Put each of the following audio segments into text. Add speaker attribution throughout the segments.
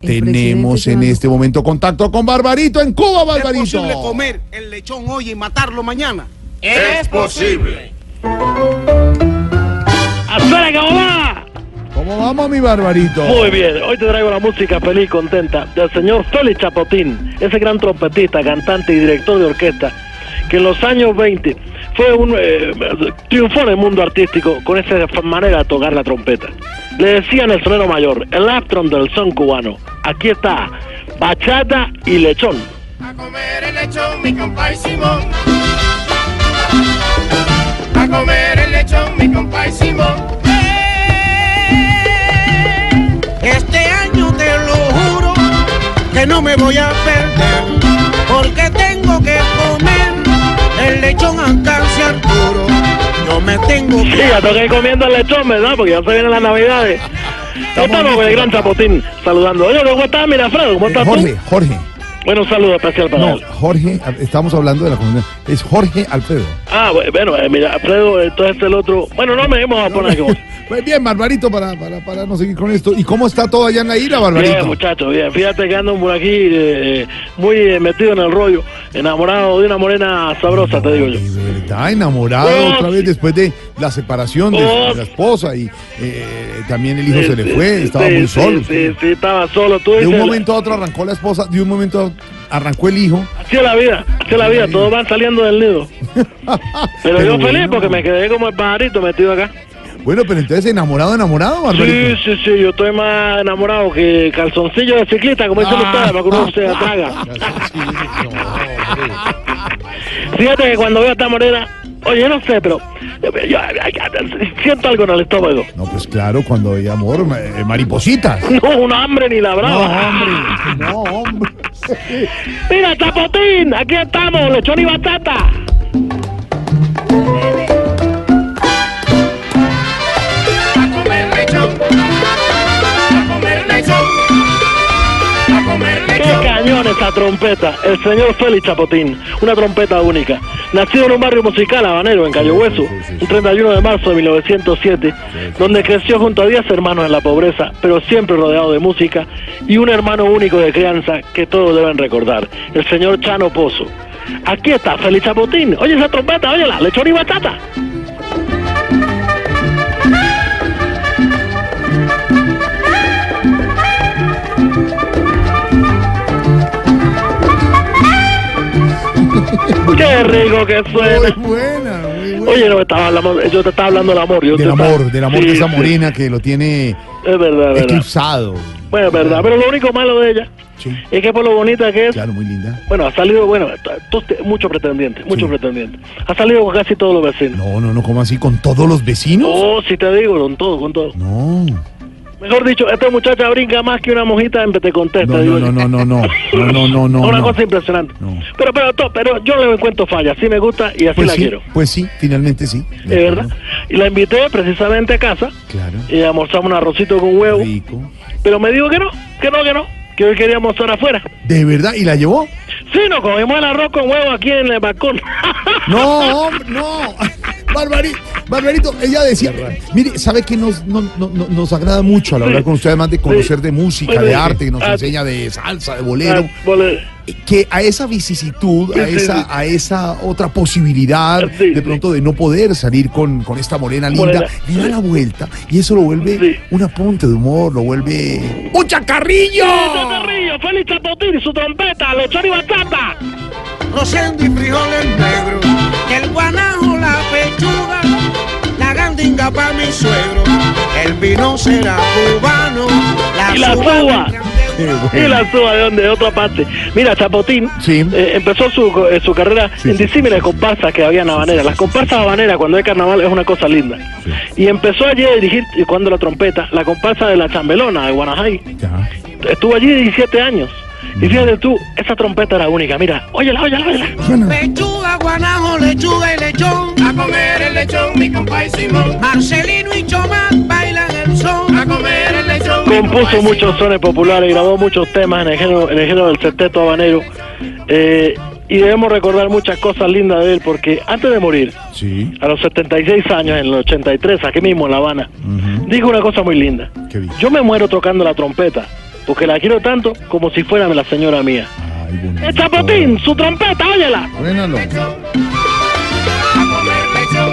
Speaker 1: El Tenemos en
Speaker 2: presidente
Speaker 1: este momento contacto con Barbarito en Cuba,
Speaker 3: ¿Es
Speaker 1: Barbarito.
Speaker 3: posible comer el lechón hoy y matarlo mañana?
Speaker 4: ¡Es posible! ¡Afuera, que va!
Speaker 1: ¿Cómo vamos, mi Barbarito?
Speaker 4: Muy bien, hoy te traigo la música feliz y contenta del señor Félix Chapotín, ese gran trompetista, cantante y director de orquesta, que en los años 20 fue un, eh, triunfó en el mundo artístico con esa manera de tocar la trompeta. Le decían el sonero mayor, el Astron del son cubano. Aquí está, bachata y lechón.
Speaker 5: A comer el lechón, mi compay Simón. A comer el lechón, mi compay Simón.
Speaker 3: Eh, Este año te lo juro que no me voy a perder, porque tengo que comer el lechón hasta el Arturo. Yo me tengo
Speaker 4: Sí,
Speaker 3: que.
Speaker 4: ya toqué comiendo el lechón, ¿verdad? Porque ya se vienen las navidades. Estamos con el gran Chapotín saludando. Oye, ¿cómo estás, Mirafredo? ¿Cómo estás tú?
Speaker 1: Jorge, Jorge.
Speaker 4: Bueno, un saludo especial para
Speaker 1: No,
Speaker 4: él.
Speaker 1: Jorge, estamos hablando de la comunidad. Es Jorge Alfredo.
Speaker 4: Ah, bu- bueno, eh, mira, Alfredo, entonces este, el otro. Bueno, no me vamos a poner como.
Speaker 1: Pues bien, Barbarito, para, para, para no seguir con esto. ¿Y cómo está todo allá en la isla,
Speaker 4: Bien,
Speaker 1: Barbarito?
Speaker 4: muchachos, bien. Fíjate que ando por aquí eh, eh, muy eh, metido en el rollo, enamorado de una morena sabrosa, te digo yo.
Speaker 1: De verdad, enamorado
Speaker 4: Oh.
Speaker 1: otra vez después de la separación de,
Speaker 4: Oh.
Speaker 1: de la esposa y eh, también el hijo se le fue,
Speaker 4: Sí,
Speaker 1: estaba
Speaker 4: sí,
Speaker 1: muy
Speaker 4: sí,
Speaker 1: solo.
Speaker 4: Sí, sí, estaba solo. Tú
Speaker 1: De
Speaker 4: dices,
Speaker 1: un momento a otro arrancó la esposa, de un momento a otro arrancó el hijo.
Speaker 4: Así es la vida, así es la vida, todos van saliendo del nido. Pero, yo feliz
Speaker 1: bueno.
Speaker 4: porque me quedé como el pajarito metido acá.
Speaker 1: Bueno, pero entonces enamorado, enamorado,
Speaker 4: Sí,
Speaker 1: Barbarito.
Speaker 4: sí, sí, yo estoy más enamorado que calzoncillo de ciclista, como dicen
Speaker 1: Ah.
Speaker 4: ustedes, para que uno se atraga. Fíjate que cuando veo a esta morena, oye, yo no sé, pero yo, yo- yo- siento algo en el estómago.
Speaker 1: No, pues claro, cuando hay amor, ma- eh, maripositas.
Speaker 4: No, un hambre ni la
Speaker 1: No,
Speaker 4: brava.
Speaker 1: hombre, no, hombre.
Speaker 4: Mira, Chapotín, aquí estamos, lechón y batata.
Speaker 5: A comer lechón. A comer lechón. A comer
Speaker 4: Qué
Speaker 5: lechón.
Speaker 4: cañón esa trompeta, el señor Félix Chapotín, una trompeta única. Nacido en un barrio musical habanero, en Cayo Hueso, un 31 de marzo de 1907, donde creció junto a 10 hermanos en la pobreza, pero siempre rodeado de música, y un hermano único de crianza que todos deben recordar, el señor Chano Pozo. Aquí está Félix Chapotín, oye esa trompeta, óyela, lechón y batata. Qué rico que suena.
Speaker 1: Muy buena, muy buena.
Speaker 4: Oye, no, estaba hablando, yo te estaba hablando del amor.
Speaker 1: del
Speaker 4: Yo te estaba-
Speaker 1: amor, del amor
Speaker 4: Sí,
Speaker 1: de esa
Speaker 4: sí,
Speaker 1: morena que lo tiene
Speaker 4: Es verdad, es verdad.
Speaker 1: eclipsado.
Speaker 4: Bueno, es verdad, pero lo único malo de ella
Speaker 1: Sí,
Speaker 4: es que por lo bonita que es,
Speaker 1: Ah. claro, muy linda.
Speaker 4: bueno, ha salido, bueno, t- tú te- mucho pretendiente, mucho
Speaker 1: Sí.
Speaker 4: pretendiente. Ha salido con casi todos los vecinos.
Speaker 1: No, no, no, ¿cómo así? ¿Con todos los vecinos?
Speaker 4: Oh, si te digo, con todo, con todo.
Speaker 1: No,
Speaker 4: Mejor dicho, esta muchacha brinca más que una mojita en Te Contesta.
Speaker 1: no,
Speaker 4: digo
Speaker 1: no, no,
Speaker 4: yo.
Speaker 1: no, no, no, no, no, no, no.
Speaker 4: Una
Speaker 1: no.
Speaker 4: cosa impresionante.
Speaker 1: No.
Speaker 4: Pero, pero, to- pero yo le encuentro fallas, sí me gusta y así
Speaker 1: Pues
Speaker 4: la
Speaker 1: sí,
Speaker 4: quiero.
Speaker 1: pues sí, finalmente sí.
Speaker 4: De verdad. Y la invité precisamente a casa
Speaker 1: Claro,
Speaker 4: y almorzamos un arrocito con huevo.
Speaker 1: rico.
Speaker 4: Pero me dijo que no, que no, que no, que hoy queríamos estar afuera.
Speaker 1: ¿De verdad? ¿Y la llevó?
Speaker 4: Sí, nos comemos el arroz con huevo aquí en el balcón.
Speaker 1: No, hombre, no. Barbarito, Barbarito, ella decía, mire, ¿sabe qué nos, no- no- no- nos agrada mucho al hablar con usted, además de conocer de música, de arte, que nos enseña de salsa, de bolero? Eh,
Speaker 4: Ah, vole-
Speaker 1: que a esa vicisitud, a
Speaker 4: Sí, sí, sí.
Speaker 1: esa, a esa otra posibilidad
Speaker 4: Sí,
Speaker 1: de pronto de no poder salir con, con esta morena linda,
Speaker 4: Morena.
Speaker 1: le da la vuelta y eso lo vuelve
Speaker 4: Sí.
Speaker 1: un apunte de humor, lo vuelve ¡Un chacarrillo!
Speaker 4: Pepe Carrillo, Félix Chapotín y su trompeta, lechón y batata.
Speaker 3: Rociendo y frijoles negros, que el guanajo, la pechuga, la gandinga para mi suegro, el vino será cubano, la
Speaker 4: Y la
Speaker 3: suba
Speaker 4: suba.
Speaker 3: vendrán de
Speaker 4: y la suba de donde de otra parte. Mira, Chapotín
Speaker 1: Sí.
Speaker 4: eh, empezó su, co- eh, su carrera
Speaker 1: Sí,
Speaker 4: en
Speaker 1: sí,
Speaker 4: disímiles comparsas que había en Habanera. Las comparsas Habanera cuando hay carnaval es una cosa linda. Y empezó allí a dirigir y cuando la trompeta, la comparsa de la chambelona de Guanajay.
Speaker 1: Ya.
Speaker 4: Estuvo allí 17 años. Y fíjate tú, esa trompeta era única. Mira, óyela, óyela, óyela.
Speaker 3: Pechuga, guanajo, lechuga y lechón.
Speaker 5: A comer el lechón, mi compay Simón.
Speaker 3: Marcelino y Chomán bailan el son.
Speaker 5: A comer el lechón. mi
Speaker 4: Compuso
Speaker 5: compay
Speaker 4: muchos
Speaker 5: Simón.
Speaker 4: sones populares, grabó muchos temas en el género, en el género del sexteto habanero. Eh, y debemos recordar muchas cosas lindas de él, porque antes de morir,
Speaker 1: Sí,
Speaker 4: a los 76 años, en el 83, aquí mismo en La Habana, dijo una cosa muy linda.
Speaker 1: ¿Qué dijo?
Speaker 4: Yo me muero tocando la trompeta, porque la quiero tanto como si fuera la señora mía.
Speaker 1: ay, bonito.
Speaker 4: ¡El Chapotín! ¡Su trompeta! ¡Óyela!
Speaker 1: Suénalo.
Speaker 5: A comer lechón.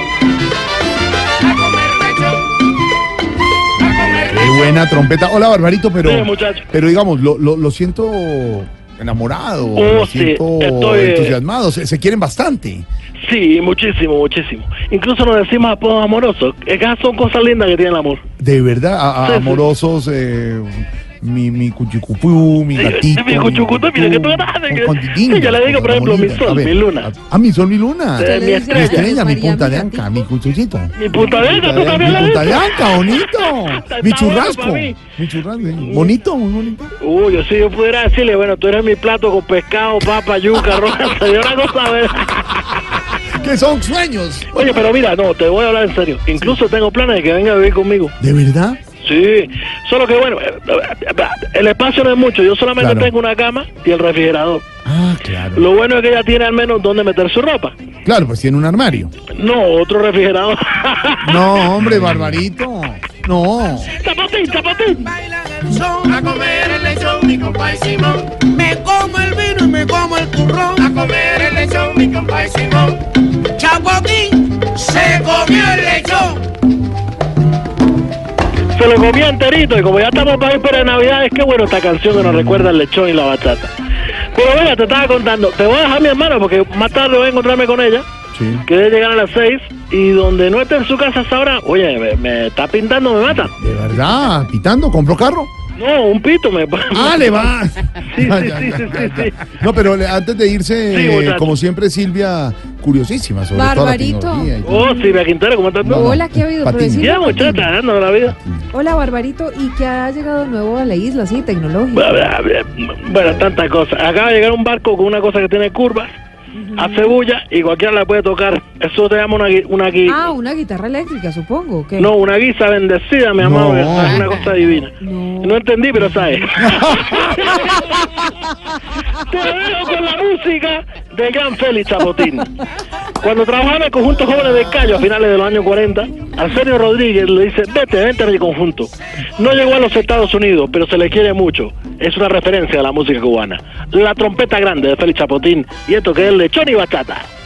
Speaker 5: A comer lechón. A comer
Speaker 1: Qué buena trompeta. Hola, Barbarito, pero.
Speaker 4: Sí, muchacho.
Speaker 1: Pero digamos, lo, lo, lo siento enamorado,
Speaker 4: Oh,
Speaker 1: lo
Speaker 4: sí,
Speaker 1: siento
Speaker 4: estoy, eh,
Speaker 1: entusiasmado, se, se quieren bastante.
Speaker 4: Sí, muchísimo, muchísimo. Incluso nos decimos apodos amorosos. Esas son cosas lindas que tiene el amor.
Speaker 1: De verdad, a- a-
Speaker 4: Sí, sí.
Speaker 1: amorosos, eh, mi, mi cuchucupú, mi
Speaker 4: Sí,
Speaker 1: gatito.
Speaker 4: mi cuchucupú, mira, que tú eres tan-
Speaker 1: con- con
Speaker 4: Sí,
Speaker 1: Didinga,
Speaker 4: yo le digo,
Speaker 1: con
Speaker 4: por ejemplo,
Speaker 1: Ramolina.
Speaker 4: mi sol,
Speaker 1: A
Speaker 4: mi luna.
Speaker 1: A, a mi sol, mi luna.
Speaker 4: Eh, mi
Speaker 1: mi
Speaker 4: estrella.
Speaker 1: estrella, mi
Speaker 2: María,
Speaker 1: punta
Speaker 2: mi
Speaker 1: de anca,
Speaker 2: gatito.
Speaker 1: mi cuchuchito.
Speaker 4: Mi punta de anca, tú
Speaker 1: Mi
Speaker 4: también la
Speaker 1: punta de
Speaker 4: dices.
Speaker 1: anca, bonito.
Speaker 4: Está
Speaker 1: Mi
Speaker 4: bueno
Speaker 1: churrasco.
Speaker 4: para mí.
Speaker 1: Mi churrasco, eh, bonito, muy bonito.
Speaker 4: Uy, yo si yo pudiera decirle, bueno, tú eres mi plato con pescado, papa, yuca, roja, señora, no sabes. Ah,
Speaker 1: Que son sueños.
Speaker 4: Oye, pero mira, no, te voy a hablar en serio. Incluso tengo planes de que venga a vivir conmigo.
Speaker 1: ¿De verdad?
Speaker 4: Sí, solo que bueno, eh, el espacio no es mucho. Yo solamente
Speaker 1: Claro.
Speaker 4: tengo una cama y el refrigerador.
Speaker 1: Ah, claro.
Speaker 4: Lo bueno es que ella tiene al menos donde meter su ropa.
Speaker 1: Claro, pues tiene un armario.
Speaker 4: No, otro refrigerador.
Speaker 1: No, hombre, barbarito. No.
Speaker 4: ¡Chapotín, chapotín!
Speaker 3: Bailan el son.
Speaker 5: A comer el lechón, mi compay Simón.
Speaker 3: Me como el vino y me como el
Speaker 5: A
Speaker 3: turrón.
Speaker 5: comer el lechón, mi compay Simón.
Speaker 3: Chapotín se comió el lechón.
Speaker 4: Se lo comía enterito y como ya estamos para ir para Navidad, es que bueno esta canción que nos recuerda el lechón y la batata. Pero venga, te estaba contando, te voy a dejar a mi hermana porque más tarde voy a encontrarme con ella,
Speaker 1: Sí.
Speaker 4: que debe llegar a las 6 y donde no esté en su casa sabrá, oye, me, me está pintando, me mata.
Speaker 1: De verdad, pitando, compró carro.
Speaker 4: No, un pito me...
Speaker 1: Ah, le va.
Speaker 4: sí,
Speaker 1: Ya,
Speaker 4: sí,
Speaker 1: ya,
Speaker 4: sí,
Speaker 1: ya,
Speaker 4: sí,
Speaker 1: ya,
Speaker 4: sí.
Speaker 1: ya. No, pero le- antes de irse,
Speaker 4: Sí,
Speaker 1: eh,
Speaker 4: muchacho.
Speaker 1: como siempre, Silvia, curiosísima sobre
Speaker 2: Barbarito.
Speaker 1: toda la tecnología y todo.
Speaker 4: Oh, Silvia Quintero, ¿cómo estás tú?
Speaker 1: No, no,
Speaker 2: Hola, ¿qué ha habido?
Speaker 1: patín.
Speaker 2: Pero decime-
Speaker 4: Ya, muchacha, dando la vida.
Speaker 2: Hola, Barbarito. ¿Y qué ha llegado nuevo a la isla? Sí, tecnológico.
Speaker 4: Bueno, tantas cosas. Acaba de llegar un barco con una cosa que tiene curvas, hace bulla y cualquiera la puede tocar. Eso te llama una, gui- una gui-
Speaker 2: Ah, una guitarra eléctrica, supongo. ¿Qué? Ah,
Speaker 4: No, una guisa bendecida, mi amado,
Speaker 1: No.
Speaker 4: es una cosa divina.
Speaker 2: No.
Speaker 4: No entendí, pero sabes. Te dejo con la música de gran Félix Chapotín. Cuando trabajaba en el conjunto Jóvenes del Cayo a finales de los años 40, Arsenio Rodríguez le dice, vete, vente a mi conjunto. No llegó a los Estados Unidos, pero se le quiere mucho. Es una referencia a la música cubana. La trompeta grande de Félix Chapotín y esto que es lechón y batata.